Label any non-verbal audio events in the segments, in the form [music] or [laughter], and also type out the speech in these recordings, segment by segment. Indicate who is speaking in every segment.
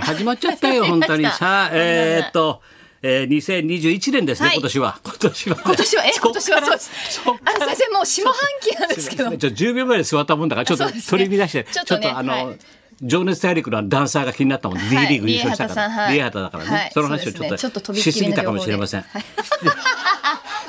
Speaker 1: 始まっちゃ
Speaker 2: [laughs]
Speaker 1: ったよ、本当に。さあ、えーっと、えー、2021年ですね、
Speaker 2: はい
Speaker 1: 今年は。今年はね。
Speaker 2: 今年は
Speaker 1: [laughs]
Speaker 2: え
Speaker 1: そ
Speaker 2: 今
Speaker 1: っから
Speaker 2: 年はそうです。
Speaker 1: そっか
Speaker 2: あの
Speaker 1: ら
Speaker 2: 先生もう下半期なんですけど。
Speaker 1: ちょっと10秒ぐらいで座ったもんだから、ちょっと
Speaker 2: そうですね
Speaker 1: 取り乱して、
Speaker 2: ちょっ
Speaker 1: ちょ
Speaker 2: と
Speaker 1: っ
Speaker 2: ね
Speaker 1: とあ
Speaker 2: は
Speaker 1: の
Speaker 2: い、
Speaker 1: 情熱大陸のダンサーが気になったもん、D
Speaker 2: はい
Speaker 1: リーグ優勝したから、
Speaker 2: リ
Speaker 1: リ
Speaker 2: エ
Speaker 1: エ
Speaker 2: ハ
Speaker 1: ハ
Speaker 2: タ
Speaker 1: タ
Speaker 2: さん
Speaker 1: だから
Speaker 2: は
Speaker 1: ね
Speaker 2: い、
Speaker 1: その話を
Speaker 2: そうですね
Speaker 1: ちょっ
Speaker 2: ちょっと
Speaker 1: と
Speaker 2: 飛び
Speaker 1: し
Speaker 2: っ
Speaker 1: す
Speaker 2: きり
Speaker 1: ぎ
Speaker 2: の
Speaker 1: たかもしれません。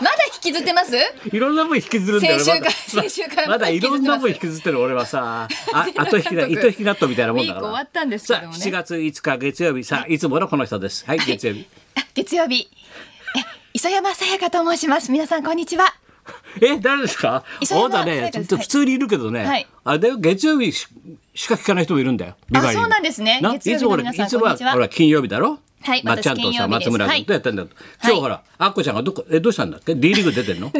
Speaker 2: まだ引きずってます？
Speaker 1: いろんなもん引きずるんだよね。
Speaker 2: 先週か
Speaker 1: ま
Speaker 2: ら
Speaker 1: だ
Speaker 2: [laughs] 先週から
Speaker 1: まだ
Speaker 2: まだ
Speaker 1: い
Speaker 2: 引きずって
Speaker 1: ろん
Speaker 2: ます
Speaker 1: なもん引きずってる俺はさ、あ
Speaker 2: [laughs]
Speaker 1: 後引きだ、糸引き納豆みたいなもんだから。
Speaker 2: ウィーク終わったんですけどもね
Speaker 1: さあ、7月5日月曜日、さあ、いつものこの人です。はい、月曜日。
Speaker 2: あ月曜日。え磯山さやかと申します。皆さんこんにちは。
Speaker 1: え、誰ですか
Speaker 2: 磯
Speaker 1: あ
Speaker 2: 山
Speaker 1: なた
Speaker 2: さ
Speaker 1: ね
Speaker 2: や、か
Speaker 1: ちょ
Speaker 2: で
Speaker 1: っ
Speaker 2: す
Speaker 1: と普通にいるけどね、
Speaker 2: はい
Speaker 1: あれだよ月曜日ししか聞かない人もいるんだよ。ビバリーに
Speaker 2: あそうなんですね月曜日の皆さん
Speaker 1: いつも
Speaker 2: こん
Speaker 1: は、いつ
Speaker 2: にち
Speaker 1: もは
Speaker 2: は
Speaker 1: ほら、金曜日だろ
Speaker 2: はい
Speaker 1: まっちゃんと
Speaker 2: 私金曜
Speaker 1: さ、
Speaker 2: 日です
Speaker 1: 松村君とやってんだと。今日ほら、あっこちゃんがどこ、え、どうしたんだっけ ?D リーグ出て
Speaker 2: [laughs]
Speaker 1: んの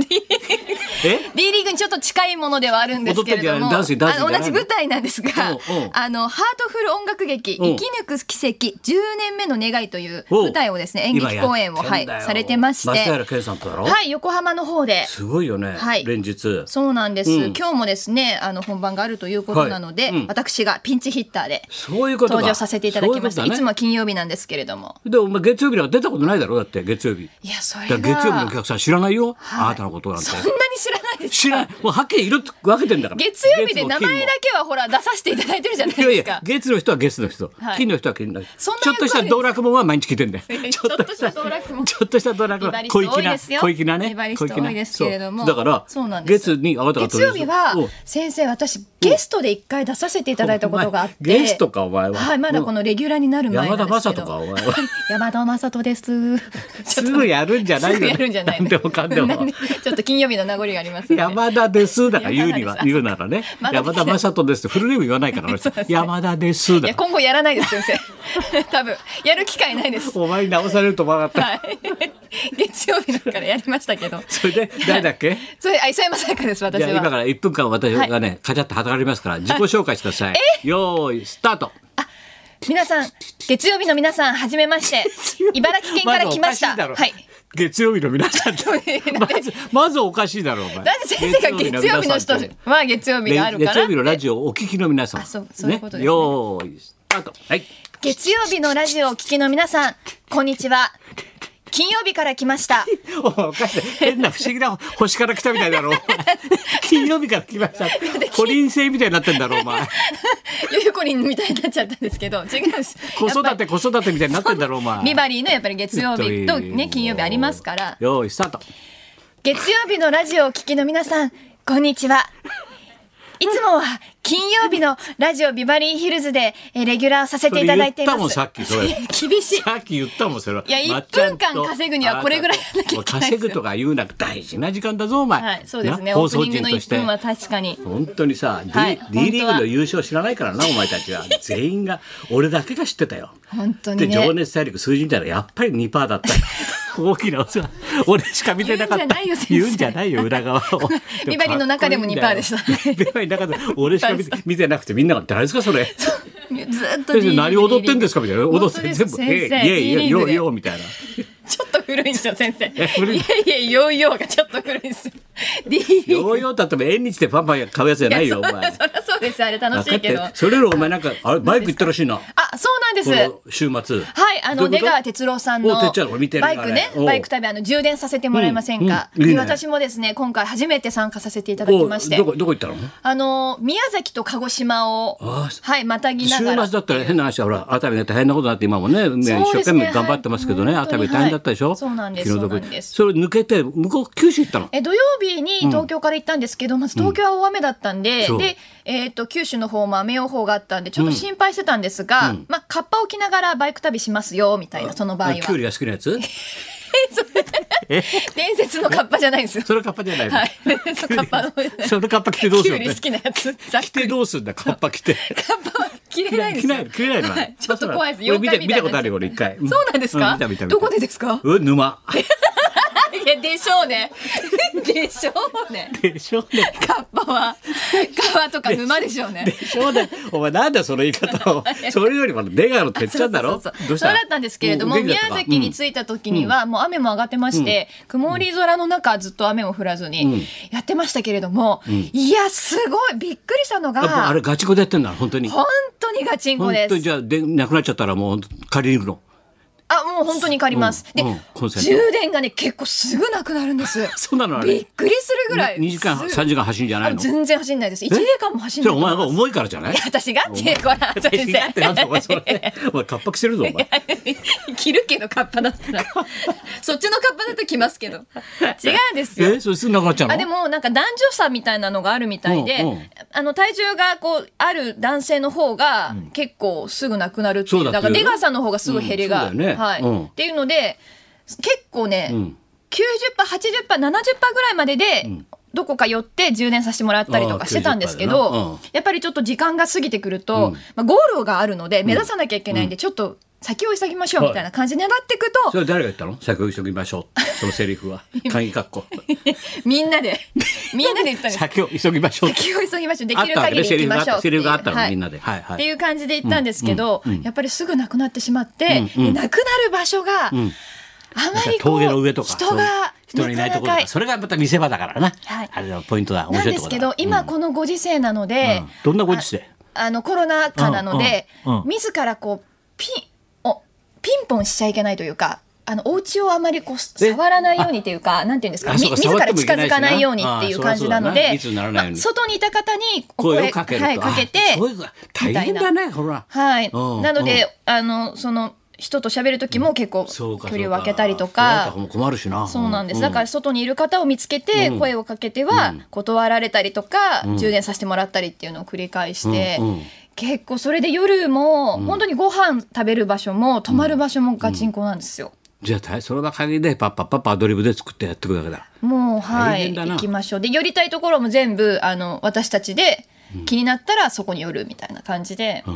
Speaker 1: え
Speaker 2: D リーグにちょっと近いものではあるんです
Speaker 1: 踊
Speaker 2: けれど
Speaker 1: ってんじゃな
Speaker 2: も、
Speaker 1: いダンスダンスじゃな
Speaker 2: あの
Speaker 1: いの
Speaker 2: 同じ舞台なんですが、
Speaker 1: おうおう
Speaker 2: あのハートフル音楽劇
Speaker 1: おう
Speaker 2: 生き抜く奇跡10年目の願いという
Speaker 1: おう
Speaker 2: 舞台をですね演劇公演を
Speaker 1: 今
Speaker 2: は
Speaker 1: やってん
Speaker 2: い
Speaker 1: だよ
Speaker 2: されてまし
Speaker 1: 松平
Speaker 2: て、
Speaker 1: 健さんとだろ
Speaker 2: はい横浜の方で。
Speaker 1: すごいよね、
Speaker 2: はい
Speaker 1: 連日。
Speaker 2: そうなんです、
Speaker 1: うん
Speaker 2: 今日もですねあの本番があるということなので、
Speaker 1: はいうん
Speaker 2: 私がピンチヒッターで
Speaker 1: そういうことか
Speaker 2: 登場させていただきました
Speaker 1: そ
Speaker 2: い
Speaker 1: い
Speaker 2: う
Speaker 1: うこと
Speaker 2: つも
Speaker 1: だね
Speaker 2: は金曜日なんですけれども
Speaker 1: でお前月曜日には出たことないだろだって月曜日
Speaker 2: いやそれ
Speaker 1: だ
Speaker 2: が
Speaker 1: から月曜日のお客さん知らないよ、
Speaker 2: い
Speaker 1: あなたのことなんて
Speaker 2: そんなに知らないですか
Speaker 1: 知らないもうはっきりいるって分けてんだから
Speaker 2: 月曜日で名前だ
Speaker 1: 月も
Speaker 2: けはほら出させていただいてるじゃないで
Speaker 1: 金も
Speaker 2: すか
Speaker 1: いやいや月の人は月の人、
Speaker 2: はい
Speaker 1: 金の人は金の人
Speaker 2: そんな
Speaker 1: ちょっとした道楽門は毎日聞いてんだよ
Speaker 2: い [laughs] やちょっとした道楽門
Speaker 1: ちょっとした道楽
Speaker 2: ビ
Speaker 1: 門
Speaker 2: バリスト
Speaker 1: 小
Speaker 2: 多
Speaker 1: 粋
Speaker 2: い
Speaker 1: な
Speaker 2: ですよ
Speaker 1: 小粋な
Speaker 2: ビ
Speaker 1: ね
Speaker 2: バリス
Speaker 1: 小
Speaker 2: ト
Speaker 1: 粋な
Speaker 2: 多いですけれども
Speaker 1: そうだから
Speaker 2: そうなんです
Speaker 1: 月にあなたが
Speaker 2: 月曜日は
Speaker 1: お
Speaker 2: 先生私ゲストで一回出させていただいたことがあって
Speaker 1: お前ゲストかお前は
Speaker 2: はいまだこのレギュラーになる前な
Speaker 1: 山
Speaker 2: んで
Speaker 1: 田
Speaker 2: すけど
Speaker 1: 雅人かお前は
Speaker 2: [laughs] 山田雅人です
Speaker 1: すぐやるんじゃないよ
Speaker 2: すぐやるんじゃない
Speaker 1: なんでもかんでも
Speaker 2: なちょっと金曜日の名残がありますので
Speaker 1: 山田ですだから言うには
Speaker 2: 山田です
Speaker 1: 言うならね
Speaker 2: まだ
Speaker 1: 山田雅人ですってフルネーム言わないから
Speaker 2: [laughs]
Speaker 1: 俺山田です
Speaker 2: い
Speaker 1: だ
Speaker 2: や
Speaker 1: から
Speaker 2: 今後やらないです先生 [laughs] 多分やる機会ないです
Speaker 1: お前に直されると思わなかった
Speaker 2: はい [laughs] 月曜日だからやりましたけど
Speaker 1: それで誰だっけ
Speaker 2: それあ磯山さやかです私
Speaker 1: じゃあ
Speaker 2: は
Speaker 1: 今から1分間私がねカチャッと働きますから自己紹介してくださいよーいスタート
Speaker 2: 皆さん月曜日の皆さんはじめまして茨城県から来まし
Speaker 1: ずおか
Speaker 2: た
Speaker 1: いだろ
Speaker 2: はい
Speaker 1: 月曜日の皆
Speaker 2: [laughs]
Speaker 1: さんってまずまずおかしいだろお前
Speaker 2: だって先生が月曜日の
Speaker 1: 月曜皆さん
Speaker 2: 人
Speaker 1: って
Speaker 2: は月曜日があるから
Speaker 1: 月曜日のラジオをお聞きの皆さん
Speaker 2: あそうそういうことですね
Speaker 1: よーいスタートはい
Speaker 2: 月曜日のラジオをお聞きの皆さんこんにちは金曜日から来
Speaker 1: [laughs]
Speaker 2: ました
Speaker 1: おかしい変な不思議な星から来たみたい
Speaker 2: [laughs]
Speaker 1: だろお前金曜日から来ましたコリン星みたいになってんだろお前
Speaker 2: ゆゆこりんみたいになっちゃったんですけど違うんです
Speaker 1: 子
Speaker 2: やっ
Speaker 1: 育
Speaker 2: ぱ
Speaker 1: て
Speaker 2: り
Speaker 1: 子育てみたいになってんだろお前
Speaker 2: ビバリーのやっぱり月曜日とね金曜日ありますから
Speaker 1: よーいスタート
Speaker 2: 月曜日のラジオをお聞きの皆さん、こんにちは。いつもは金曜日のラジオビバリーヒルズでえーレギュラーをさせていただいていま
Speaker 1: それ言った
Speaker 2: す。
Speaker 1: もんさっきそれ
Speaker 2: 厳しい。
Speaker 1: さっき言ったもんそれはい
Speaker 2: や
Speaker 1: まっちゃんと
Speaker 2: 一分間稼ぐにはこれぐらいやらなきゃいけないですよ
Speaker 1: 稼ぐとか言うなく大事な時間だぞお前
Speaker 2: はい、そうですね。
Speaker 1: な
Speaker 2: オ
Speaker 1: 放
Speaker 2: ープ
Speaker 1: 送
Speaker 2: ニング
Speaker 1: 人
Speaker 2: の
Speaker 1: とし
Speaker 2: 一
Speaker 1: て
Speaker 2: 分は確かに。
Speaker 1: 本当にさ、D
Speaker 2: はい
Speaker 1: D リー
Speaker 2: 本
Speaker 1: グ
Speaker 2: 当は
Speaker 1: の優勝知らないからなお前たち
Speaker 2: [laughs]
Speaker 1: は全員が俺だけが知ってたよ
Speaker 2: 本当にね
Speaker 1: で情熱大陸数字見たらやっぱり2パーだ
Speaker 2: [laughs]
Speaker 1: った大きなお世話俺しか見てなかった
Speaker 2: 言うん
Speaker 1: じ
Speaker 2: じ
Speaker 1: ゃ
Speaker 2: ゃ
Speaker 1: な
Speaker 2: ない
Speaker 1: よ裏側を
Speaker 2: [laughs] ビバリの中でも2%でしたね
Speaker 1: [laughs] ビバリの中で俺しか見
Speaker 2: [laughs]
Speaker 1: て見てなくてみんなが誰ですかそれ
Speaker 2: ずっと D リーグ。
Speaker 1: 何踊ってんです
Speaker 2: か
Speaker 1: かみたいな踊
Speaker 2: 本
Speaker 1: っ
Speaker 2: 当
Speaker 1: て
Speaker 2: です
Speaker 1: 全部
Speaker 2: 先生
Speaker 1: ええいえ
Speaker 2: D リー
Speaker 1: よ
Speaker 2: グ
Speaker 1: う
Speaker 2: で
Speaker 1: ようみたいな
Speaker 2: ちょっと古いんですよ、先生。い
Speaker 1: 古い
Speaker 2: やいや、ヨーヨーがちょっと古いんですよ。D リーグ。
Speaker 1: ヨーヨーだっても縁日でパンパン買うやつじゃないよお
Speaker 2: そり
Speaker 1: 前
Speaker 2: ゃそうです。あれ楽
Speaker 1: 分
Speaker 2: し
Speaker 1: か
Speaker 2: い
Speaker 1: っ
Speaker 2: け
Speaker 1: て
Speaker 2: ど。あ、
Speaker 1: それよりお前なんかあれバイク行ったらしいな
Speaker 2: そうなんです。
Speaker 1: この週末
Speaker 2: はい、あ
Speaker 1: どう
Speaker 2: の
Speaker 1: いうこ
Speaker 2: 出
Speaker 1: と
Speaker 2: 川哲朗さんの
Speaker 1: お哲ちゃん俺見てる
Speaker 2: バイクね
Speaker 1: あれお、
Speaker 2: バイク旅あの充電させてもらえませんか。
Speaker 1: うんうんいいね
Speaker 2: で私もですね、今回初めて参加させていただきまし
Speaker 1: お
Speaker 2: て
Speaker 1: ど、こどこ行ったの
Speaker 2: あの宮崎と鹿児島を
Speaker 1: あー
Speaker 2: はいまたぎ
Speaker 1: 週
Speaker 2: な
Speaker 1: 末
Speaker 2: がら。
Speaker 1: だったら変な話ほら熱海が大変なことになって今もね一
Speaker 2: ね
Speaker 1: 生懸命頑張ってますけどね
Speaker 2: はい
Speaker 1: 熱海大変だったでしょ
Speaker 2: はいそうなんです
Speaker 1: 気の毒
Speaker 2: そうなんです
Speaker 1: それ抜けて向こう九州行ったの
Speaker 2: え土曜日に東京から行ったんですけど、まず東京は大雨だったんで、
Speaker 1: そう
Speaker 2: で、えー、と九州の方も雨予報があったんでちょっと心配してたんですが、まあ、カッパを着ながらバイク旅しますよみたいなその場合は
Speaker 1: キュウリが好きなやつ
Speaker 2: [laughs] 伝説のカッパじゃないんですよ。
Speaker 1: それカッパじゃないの
Speaker 2: はい、 [laughs] 伝説のカッパの
Speaker 1: それカッパ着てどうす
Speaker 2: キ
Speaker 1: る
Speaker 2: ュウ [laughs]
Speaker 1: の
Speaker 2: リ好きな
Speaker 1: [laughs]
Speaker 2: やつざっ
Speaker 1: 着
Speaker 2: くり
Speaker 1: てどうすんだカッパ着て
Speaker 2: カッパは着れないんで
Speaker 1: 着
Speaker 2: すよ。
Speaker 1: ないの着れないのあれ
Speaker 2: はいちょっと怖いです。
Speaker 1: 俺見て
Speaker 2: 妖怪
Speaker 1: 見
Speaker 2: み
Speaker 1: た
Speaker 2: たいな
Speaker 1: ことあるよ俺一回
Speaker 2: そうなんです
Speaker 1: う
Speaker 2: か。
Speaker 1: [laughs] 見た見た見た
Speaker 2: どこでですか。
Speaker 1: うん沼
Speaker 2: いやでしょうね。 [laughs] でしょうね。
Speaker 1: でしょうね。
Speaker 2: カッパは川とか沼でしょうね
Speaker 1: で。しょうね。お前なんだその言い方
Speaker 2: [laughs]
Speaker 1: を。それよりも出川のてっちゃんだろ。
Speaker 2: そうそうそう
Speaker 1: どうした
Speaker 2: そうだったんですけれども、
Speaker 1: お元気
Speaker 2: 宮
Speaker 1: だったか
Speaker 2: 崎に
Speaker 1: うん
Speaker 2: 着いた時には、もう雨も上がってまして、曇り空の中ずっと雨も降らず
Speaker 1: うん
Speaker 2: にやってましたけれども、いやすごいびっくりしたの
Speaker 1: やっぱあ
Speaker 2: が
Speaker 1: れガチ子でやってんだ本当に。
Speaker 2: 本当にガチンコ
Speaker 1: 本
Speaker 2: で
Speaker 1: 当に
Speaker 2: す
Speaker 1: じゃあでなくなっちゃったらもう借りに行くの。
Speaker 2: あもう本当に借ります、
Speaker 1: うんうん
Speaker 2: で、
Speaker 1: コンセント
Speaker 2: 充電がね結構すぐなくなるんです
Speaker 1: そうなのあ
Speaker 2: びっ
Speaker 1: れ。
Speaker 2: くりするぐらい
Speaker 1: 二時間
Speaker 2: す
Speaker 1: 三時間走るんじゃない
Speaker 2: あ
Speaker 1: の。
Speaker 2: 全然走んないです1時間も走ん
Speaker 1: それ
Speaker 2: ない
Speaker 1: お
Speaker 2: と思い
Speaker 1: 前が
Speaker 2: ます
Speaker 1: 重いからじゃ
Speaker 2: [laughs]
Speaker 1: ない。
Speaker 2: 私がってご覧
Speaker 1: 私
Speaker 2: 先
Speaker 1: がってなんだお前そ
Speaker 2: [laughs] 生
Speaker 1: れ。お前活迫してるぞお前。
Speaker 2: 着るけどカッパだったら [laughs] そっちのカッパだと着ますけど違うんですよ
Speaker 1: えそれすぐなくなっちゃうの。
Speaker 2: あでもなんか男女差みたいなのがあるみたいで、
Speaker 1: うんうん
Speaker 2: あの体重がこうある男性の方が結構すぐなくなるってい,、
Speaker 1: そううだって
Speaker 2: だから出川さんの方がすごい減り
Speaker 1: う
Speaker 2: が、
Speaker 1: んそうだよね
Speaker 2: はい
Speaker 1: うん
Speaker 2: っていうので結構ね、
Speaker 1: うん
Speaker 2: 90%、80%、70%ぐらいまでで、どこか寄って充電させてもらったりとかしてたんですけ
Speaker 1: あー90%だなう
Speaker 2: ど
Speaker 1: ん、
Speaker 2: やっぱりちょっと時間が過ぎてくると、
Speaker 1: うん
Speaker 2: まあ、ゴールがあるので目指さなきゃいけないんで、ちょっと先を急ぎましょうみたいな感じになっていくと、
Speaker 1: それ誰が言ったの先を急ぎましょうそのセリフは鍵括弧
Speaker 2: みんなで、みんなで
Speaker 1: [laughs]
Speaker 2: 言ったんです。
Speaker 1: 先を急ぎま
Speaker 2: [laughs]
Speaker 1: しょう
Speaker 2: 先を急ぎましょう。で
Speaker 1: あっ
Speaker 2: きる
Speaker 1: たわけ
Speaker 2: 限
Speaker 1: ね
Speaker 2: り行
Speaker 1: セ
Speaker 2: き
Speaker 1: リフが
Speaker 2: ま
Speaker 1: あっ
Speaker 2: し
Speaker 1: た
Speaker 2: ょうって
Speaker 1: セ
Speaker 2: いう。
Speaker 1: リフがあった
Speaker 2: は
Speaker 1: の
Speaker 2: い
Speaker 1: みんなではいは
Speaker 2: って
Speaker 1: い
Speaker 2: いう感じで行ったんですけど、
Speaker 1: うんうんうん
Speaker 2: やっぱりすぐなくなってしまって、
Speaker 1: うんうん
Speaker 2: でなくなる場所が、
Speaker 1: ん
Speaker 2: あ
Speaker 1: なん
Speaker 2: ま
Speaker 1: か
Speaker 2: りこう
Speaker 1: 峠の上とか
Speaker 2: 人が
Speaker 1: そう人いないところ
Speaker 2: な
Speaker 1: と
Speaker 2: か
Speaker 1: かそれがまた見せ場だからな
Speaker 2: はい
Speaker 1: あれのポイントだ面
Speaker 2: なん
Speaker 1: 白い
Speaker 2: で
Speaker 1: とこ
Speaker 2: す
Speaker 1: ろ
Speaker 2: け
Speaker 1: だ
Speaker 2: ど、今このご時世なの
Speaker 1: う
Speaker 2: で、
Speaker 1: んどんなご時世
Speaker 2: ああのコロナ禍なので、
Speaker 1: うんうんうん
Speaker 2: 自らこうピンおピンポンしちゃいけないというか。あのお家をあまりこう
Speaker 1: え
Speaker 2: 触らないようにというか、なんていうんですか、
Speaker 1: あ
Speaker 2: み
Speaker 1: そうか
Speaker 2: 自
Speaker 1: 触っ
Speaker 2: ら
Speaker 1: てもい
Speaker 2: 近
Speaker 1: けないし
Speaker 2: づ
Speaker 1: な
Speaker 2: かないようにっていう
Speaker 1: ああ
Speaker 2: 感
Speaker 1: そ
Speaker 2: じ
Speaker 1: りゃそうだ
Speaker 2: な
Speaker 1: な
Speaker 2: ので
Speaker 1: 密にならないよう、に
Speaker 2: 外にいた方にお
Speaker 1: 声をかけると
Speaker 2: はい、かけて
Speaker 1: あ、そういう大変だねほら
Speaker 2: はい、
Speaker 1: うん
Speaker 2: なので、あのその人と喋る時も結構
Speaker 1: そ
Speaker 2: 距
Speaker 1: うか
Speaker 2: 離を空けたり
Speaker 1: そ
Speaker 2: と
Speaker 1: う
Speaker 2: か
Speaker 1: かも困るしな
Speaker 2: そうなんです。だから外にいる方を見つけて
Speaker 1: うん
Speaker 2: 声をかけては断られたりとか
Speaker 1: ん
Speaker 2: 充電させてもらったりっていうのを繰り返して
Speaker 1: うんうん
Speaker 2: 結構それで夜も本当にご飯食べる場所も泊まる場所もガチンコなんですよ。
Speaker 1: じゃあ大そればかりでパッパッパッパアドリブで作ってやってくだけだ
Speaker 2: もうは
Speaker 1: 大
Speaker 2: い
Speaker 1: 変だな
Speaker 2: 行きましょう。で寄りたいところも全部あの私たちで気になったらそこに寄るみたいな感じで
Speaker 1: う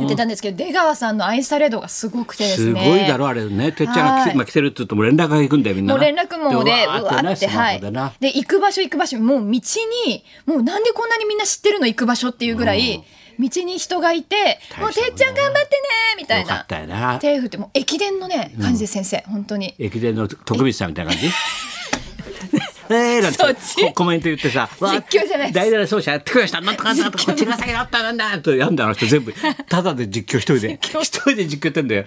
Speaker 2: やっ
Speaker 1: ん
Speaker 2: てたんですけど出川さんの愛され度がすごくてですす
Speaker 1: ご
Speaker 2: ね。
Speaker 1: いだろあれねてっちゃんが来
Speaker 2: は
Speaker 1: て
Speaker 2: い
Speaker 1: まあ来てるって言うともう連絡が行くんだよみんな
Speaker 2: もう
Speaker 1: な
Speaker 2: 連絡網で、う
Speaker 1: う
Speaker 2: わー
Speaker 1: ね
Speaker 2: って、
Speaker 1: スマ
Speaker 2: は
Speaker 1: ホ
Speaker 2: い。
Speaker 1: でな
Speaker 2: で、行く場所行く場所、もう道に、もうなんでこんなにみんな知ってるの行く場所っていうぐらい、道に人がいて、
Speaker 1: 大したもんだね
Speaker 2: もうてっちゃん頑張ってねみたい
Speaker 1: よか
Speaker 2: な
Speaker 1: っ。たよな
Speaker 2: 手振って、もう駅伝のね、感じで先生、本当に。
Speaker 1: 駅伝の徳光さんみたいな感じ [laughs] えーなんて
Speaker 2: そっち
Speaker 1: こコメント言ってさ「わー
Speaker 2: 実況じゃないです
Speaker 1: 誰々奏者やってくれましたなんとかなんとかこっちが先だったなんだ」とやんだあの人全部ただで実況一人で一人で実況やってんだよ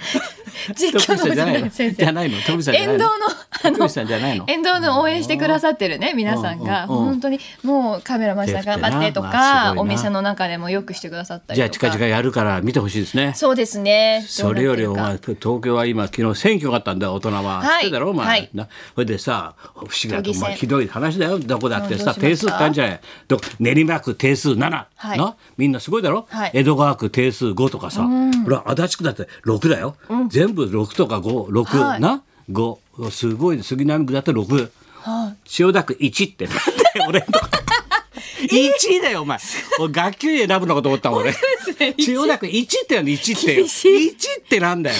Speaker 2: 実況
Speaker 1: 徳光さ
Speaker 2: の
Speaker 1: んじゃないの
Speaker 2: 先
Speaker 1: じゃ
Speaker 2: 生。
Speaker 1: ないの徳光さんじゃない
Speaker 2: 沿道
Speaker 1: の
Speaker 2: の、
Speaker 1: 徳
Speaker 2: あの
Speaker 1: 光、さんじゃないの
Speaker 2: 沿道の応援してくださってるね、皆さんが、
Speaker 1: うんうんうん
Speaker 2: 本当に、もうカメラマンさん頑張って
Speaker 1: 手振ってな
Speaker 2: と
Speaker 1: まあすご
Speaker 2: か、
Speaker 1: いな
Speaker 2: お店の中でもよくしてくださったり
Speaker 1: じゃあ
Speaker 2: とか。
Speaker 1: 近々やるから見てほしいですね
Speaker 2: そうですね。
Speaker 1: それより
Speaker 2: どう
Speaker 1: お
Speaker 2: な
Speaker 1: 前
Speaker 2: っ [laughs] て
Speaker 1: 東京は今昨日選挙があったんだよ大人は、
Speaker 2: はい
Speaker 1: 知ってたろお前、
Speaker 2: はい
Speaker 1: なそれでさ不思議だと
Speaker 2: 都議
Speaker 1: お
Speaker 2: 選
Speaker 1: 前ひどい話だよどこだって
Speaker 2: どう
Speaker 1: さ
Speaker 2: しました
Speaker 1: 定数ってあるんじゃないどこ練馬区定数7、
Speaker 2: はい
Speaker 1: なみんなすごいだろ、
Speaker 2: はい
Speaker 1: 江戸川区定数5とかさ、ほら足立区だって6だよ、全部6とか56、
Speaker 2: はい
Speaker 1: な5すごい杉並区だって6、千代田区1ってなんだよ俺のと
Speaker 2: [laughs]
Speaker 1: こ1だよお前俺学級委員選ぶのかと思ったもん俺千代田区1ってなんで1ってよ1ってなんだよ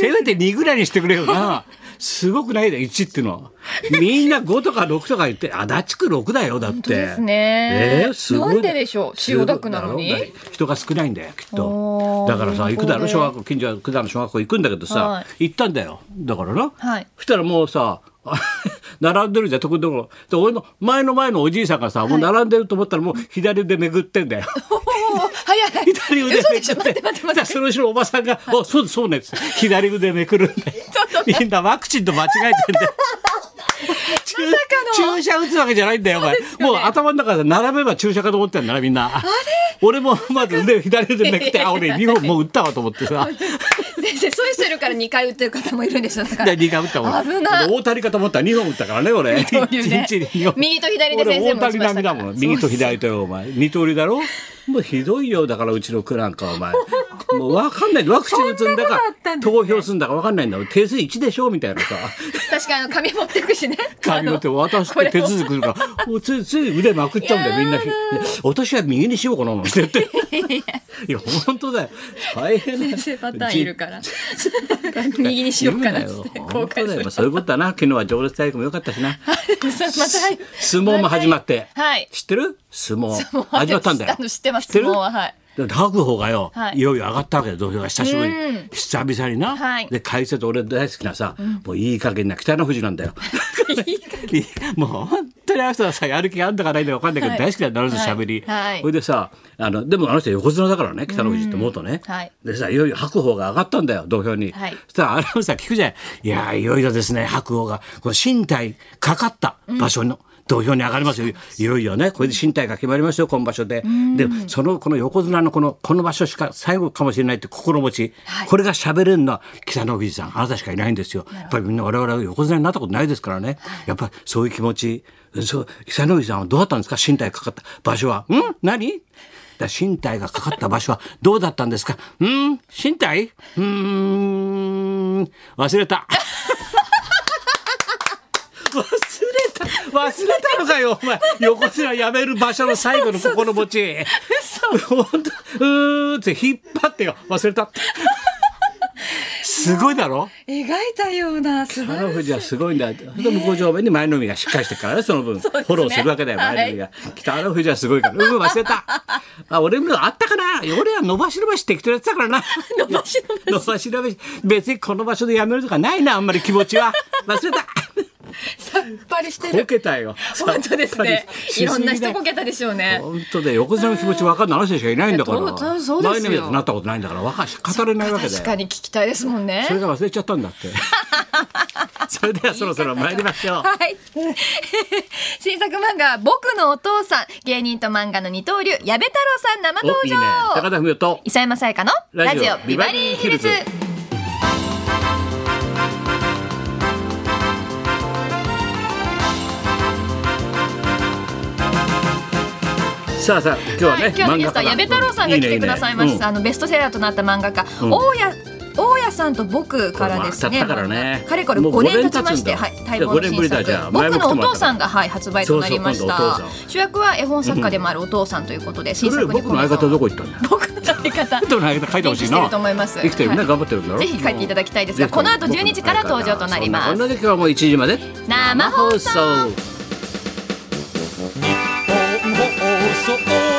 Speaker 1: せめて2ぐらいにしてくれよなすごくないだよ1ってのみんな5とか6とか言って足立区6だよだって本
Speaker 2: 当ですね
Speaker 1: えーすごい
Speaker 2: なんででしょう千代田区なのに
Speaker 1: すごいだろだから人が少ないんだよきっ
Speaker 2: お
Speaker 1: と
Speaker 2: ー
Speaker 1: だからさ行くだろ
Speaker 2: なるほ
Speaker 1: 小
Speaker 2: ど
Speaker 1: 学校近所の区だの小学校行くんだけど
Speaker 2: は
Speaker 1: さ
Speaker 2: い
Speaker 1: 行ったんだよだからな
Speaker 2: はい
Speaker 1: そしたらもうさ、 [laughs] あ並んでるじゃん、ところどころ。で、俺の前の前のおじいさんがさ、もう並んでると思ったら、もう左腕めぐってんだよ。
Speaker 2: おー早い
Speaker 1: [laughs] 左腕め
Speaker 2: 嘘
Speaker 1: く
Speaker 2: でしょ待って待って待
Speaker 1: じゃ
Speaker 2: っ
Speaker 1: あ
Speaker 2: て
Speaker 1: その後ろおばさんが、お、そうです、そうねっつって。左腕めくるんで。みんなワクチンと間違えてん
Speaker 2: [laughs]
Speaker 1: だよ。注注射打つわけじゃないんだよ、お前。もう頭の中で並べば注射かと思ってんだな、みんな。俺もまず腕、左腕めくって、あ、俺2本もう打ったわと思って
Speaker 2: [laughs]
Speaker 1: さ。
Speaker 2: 先生そういう人いるから2回打ってる方もいるんでしょだか
Speaker 1: で
Speaker 2: ら
Speaker 1: 二回打ったもん。
Speaker 2: 危な
Speaker 1: 俺大谷かと思ったら二本打ったからね、俺。一
Speaker 2: 刀流ね
Speaker 1: 日に二本
Speaker 2: 右と左で先生も打
Speaker 1: 俺大谷
Speaker 2: ちました
Speaker 1: 並
Speaker 2: か
Speaker 1: みだ [laughs]
Speaker 2: ら [laughs]
Speaker 1: もん。右と左とよお前。二刀流だろ。もうひどいよだからうちの区なんかお前。もう分かんないワクチン打つんだ
Speaker 3: そ
Speaker 1: か
Speaker 3: んなことあったんですね
Speaker 1: 投票するんだか分かんないんだ定数1でしょみたいな
Speaker 2: [laughs]
Speaker 1: さ
Speaker 2: 確かにあの紙持ってくしね。
Speaker 1: 紙をって渡して手続きするからもうついつい腕まくっちゃうんだよみんな私は右にしようかななんて言
Speaker 2: [laughs]
Speaker 1: っていや本当だよ大変だよ
Speaker 2: 先生パターンいるから。右にしようかなっつって
Speaker 1: 言うなよ
Speaker 2: 後
Speaker 1: 本当だ
Speaker 2: 悔す
Speaker 1: よ
Speaker 2: る
Speaker 1: まあ。そういうことだな昨日は情熱大陸も良かったしな
Speaker 2: またはい [laughs]
Speaker 1: 相撲も始まって、
Speaker 2: はい
Speaker 1: 知ってる相撲
Speaker 2: もう
Speaker 1: 味わったんだよ
Speaker 2: あの知ってます。
Speaker 1: 知ってる
Speaker 2: 相撲ははい。
Speaker 1: で白鵬がよ、
Speaker 2: はい
Speaker 1: い、よいよ上がったわけよ土俵が久しぶりに、
Speaker 2: うん
Speaker 1: 久々にな、
Speaker 2: はい
Speaker 1: で解説俺大好きなさ、もういい加減な北の富士なん
Speaker 2: [laughs]
Speaker 1: だよもう本当にあの人はさやる気があんだかないんだか分かんないけど、
Speaker 2: はい
Speaker 1: 大好きなんだあの人しゃべり、
Speaker 2: はい
Speaker 1: ほいでさあのでもあの人横綱だからね北の富士って元ね、
Speaker 2: はい
Speaker 1: でさいよいよ白鵬が上がったんだよ土俵に、
Speaker 2: はい
Speaker 1: そしたらアナウンサー聞くじゃないいやーいよいよですね白鵬がこの身体かかった場所の、土俵に上がりますよ。いよいよね、これで身体が決まりますよ、今場所で。で、その、この横綱のこの、この場所しか最後かもしれないって心持ち、これが喋れるのは北の富士さん、あなたしかいないんですよ。やっぱりみんな我々は横綱になったことないですからね。やっぱりそういう気持ち、そう、北の富士さんはどうだったんですか身体かかった場所は。ん何だ身体がかかった場所はどうだったんですかうーん身体うーん忘れた [laughs] 忘れた忘れたのかよお前横綱やめる場所の最 [laughs] 後の心持ち本当うーんって引っ張ってよ忘れ [laughs] たすごいだろ
Speaker 3: 描いたような素晴
Speaker 1: 花
Speaker 3: らしい
Speaker 1: 富士はすごいんだよで向こう上面に前の海がしっかりしてるからねその分フォローするわけだよ
Speaker 2: はい
Speaker 1: 前の海が、北花富士はすごいからうん忘れたあ俺もあったかな俺は伸ばし伸ばし適当にやってたから
Speaker 2: [laughs]
Speaker 1: な伸ばし伸ばし伸ばし別にこの場所でやめるとかないなあんまり気持ちは忘れた
Speaker 2: さっぱりして
Speaker 1: ボ
Speaker 2: る。
Speaker 1: ケたよ
Speaker 2: 本当ですね。いろんな人
Speaker 1: ボ
Speaker 2: こ
Speaker 1: ケ
Speaker 2: けたでしょうね。
Speaker 1: 本当で横綱の気持ち分かんないあの人しかいないんだから
Speaker 2: いやそうそうですよ
Speaker 1: 前の海だとなったことないんだから分か語れないわけだ
Speaker 2: 確
Speaker 1: よ
Speaker 2: かに聞きたいですもんね
Speaker 1: そ。れが忘れちゃったんだってそれではそろそろ参りましょう
Speaker 2: [laughs] はい。新作漫画、僕のお父さん、芸人と漫画の二刀流、矢部太郎さん生登
Speaker 1: おいいね高
Speaker 2: 場。
Speaker 1: 田文夫と
Speaker 2: 磯山さやかのラ
Speaker 1: ラジ
Speaker 2: ジ
Speaker 1: オ
Speaker 2: オビバリーヒルズ
Speaker 1: ビバリーヒ。さあさあ今日はね、
Speaker 2: はい、今日のゲストは矢部太郎さんが来てくださいました。
Speaker 1: た
Speaker 2: あのベストセラーとなった漫画家、
Speaker 1: うん
Speaker 2: 大家大家さんと僕からですね。
Speaker 1: これも当たったからね
Speaker 2: かれこれ
Speaker 1: もう
Speaker 2: 5年
Speaker 1: 五
Speaker 2: 経
Speaker 1: 年
Speaker 2: ちまして、
Speaker 1: 経つんだ
Speaker 2: はい、待望の
Speaker 1: じゃあ五年ぶ
Speaker 2: 新
Speaker 1: りだじゃ
Speaker 2: 作。
Speaker 1: あ
Speaker 2: 僕
Speaker 1: 前も来ても
Speaker 2: のお
Speaker 1: らった
Speaker 2: 父さんがはい発売となりました
Speaker 1: そうそう今度お父さん
Speaker 2: 主役は絵本作家でもあるお父さんということで、新
Speaker 1: それ
Speaker 2: 作
Speaker 1: より
Speaker 2: に
Speaker 1: 僕の相方どこ行ったんだよ
Speaker 2: 僕の相方。
Speaker 1: 僕の相方書いてほしい
Speaker 2: 元気して
Speaker 1: な
Speaker 2: ると思います
Speaker 1: 生きてるね、
Speaker 2: はい
Speaker 1: 頑張ってるんだろ
Speaker 2: ぜひ書いていただきたいですがこの後12時から登場となります
Speaker 1: そんなこんなで今日はもう1時まで
Speaker 2: 生放送
Speaker 1: 生放送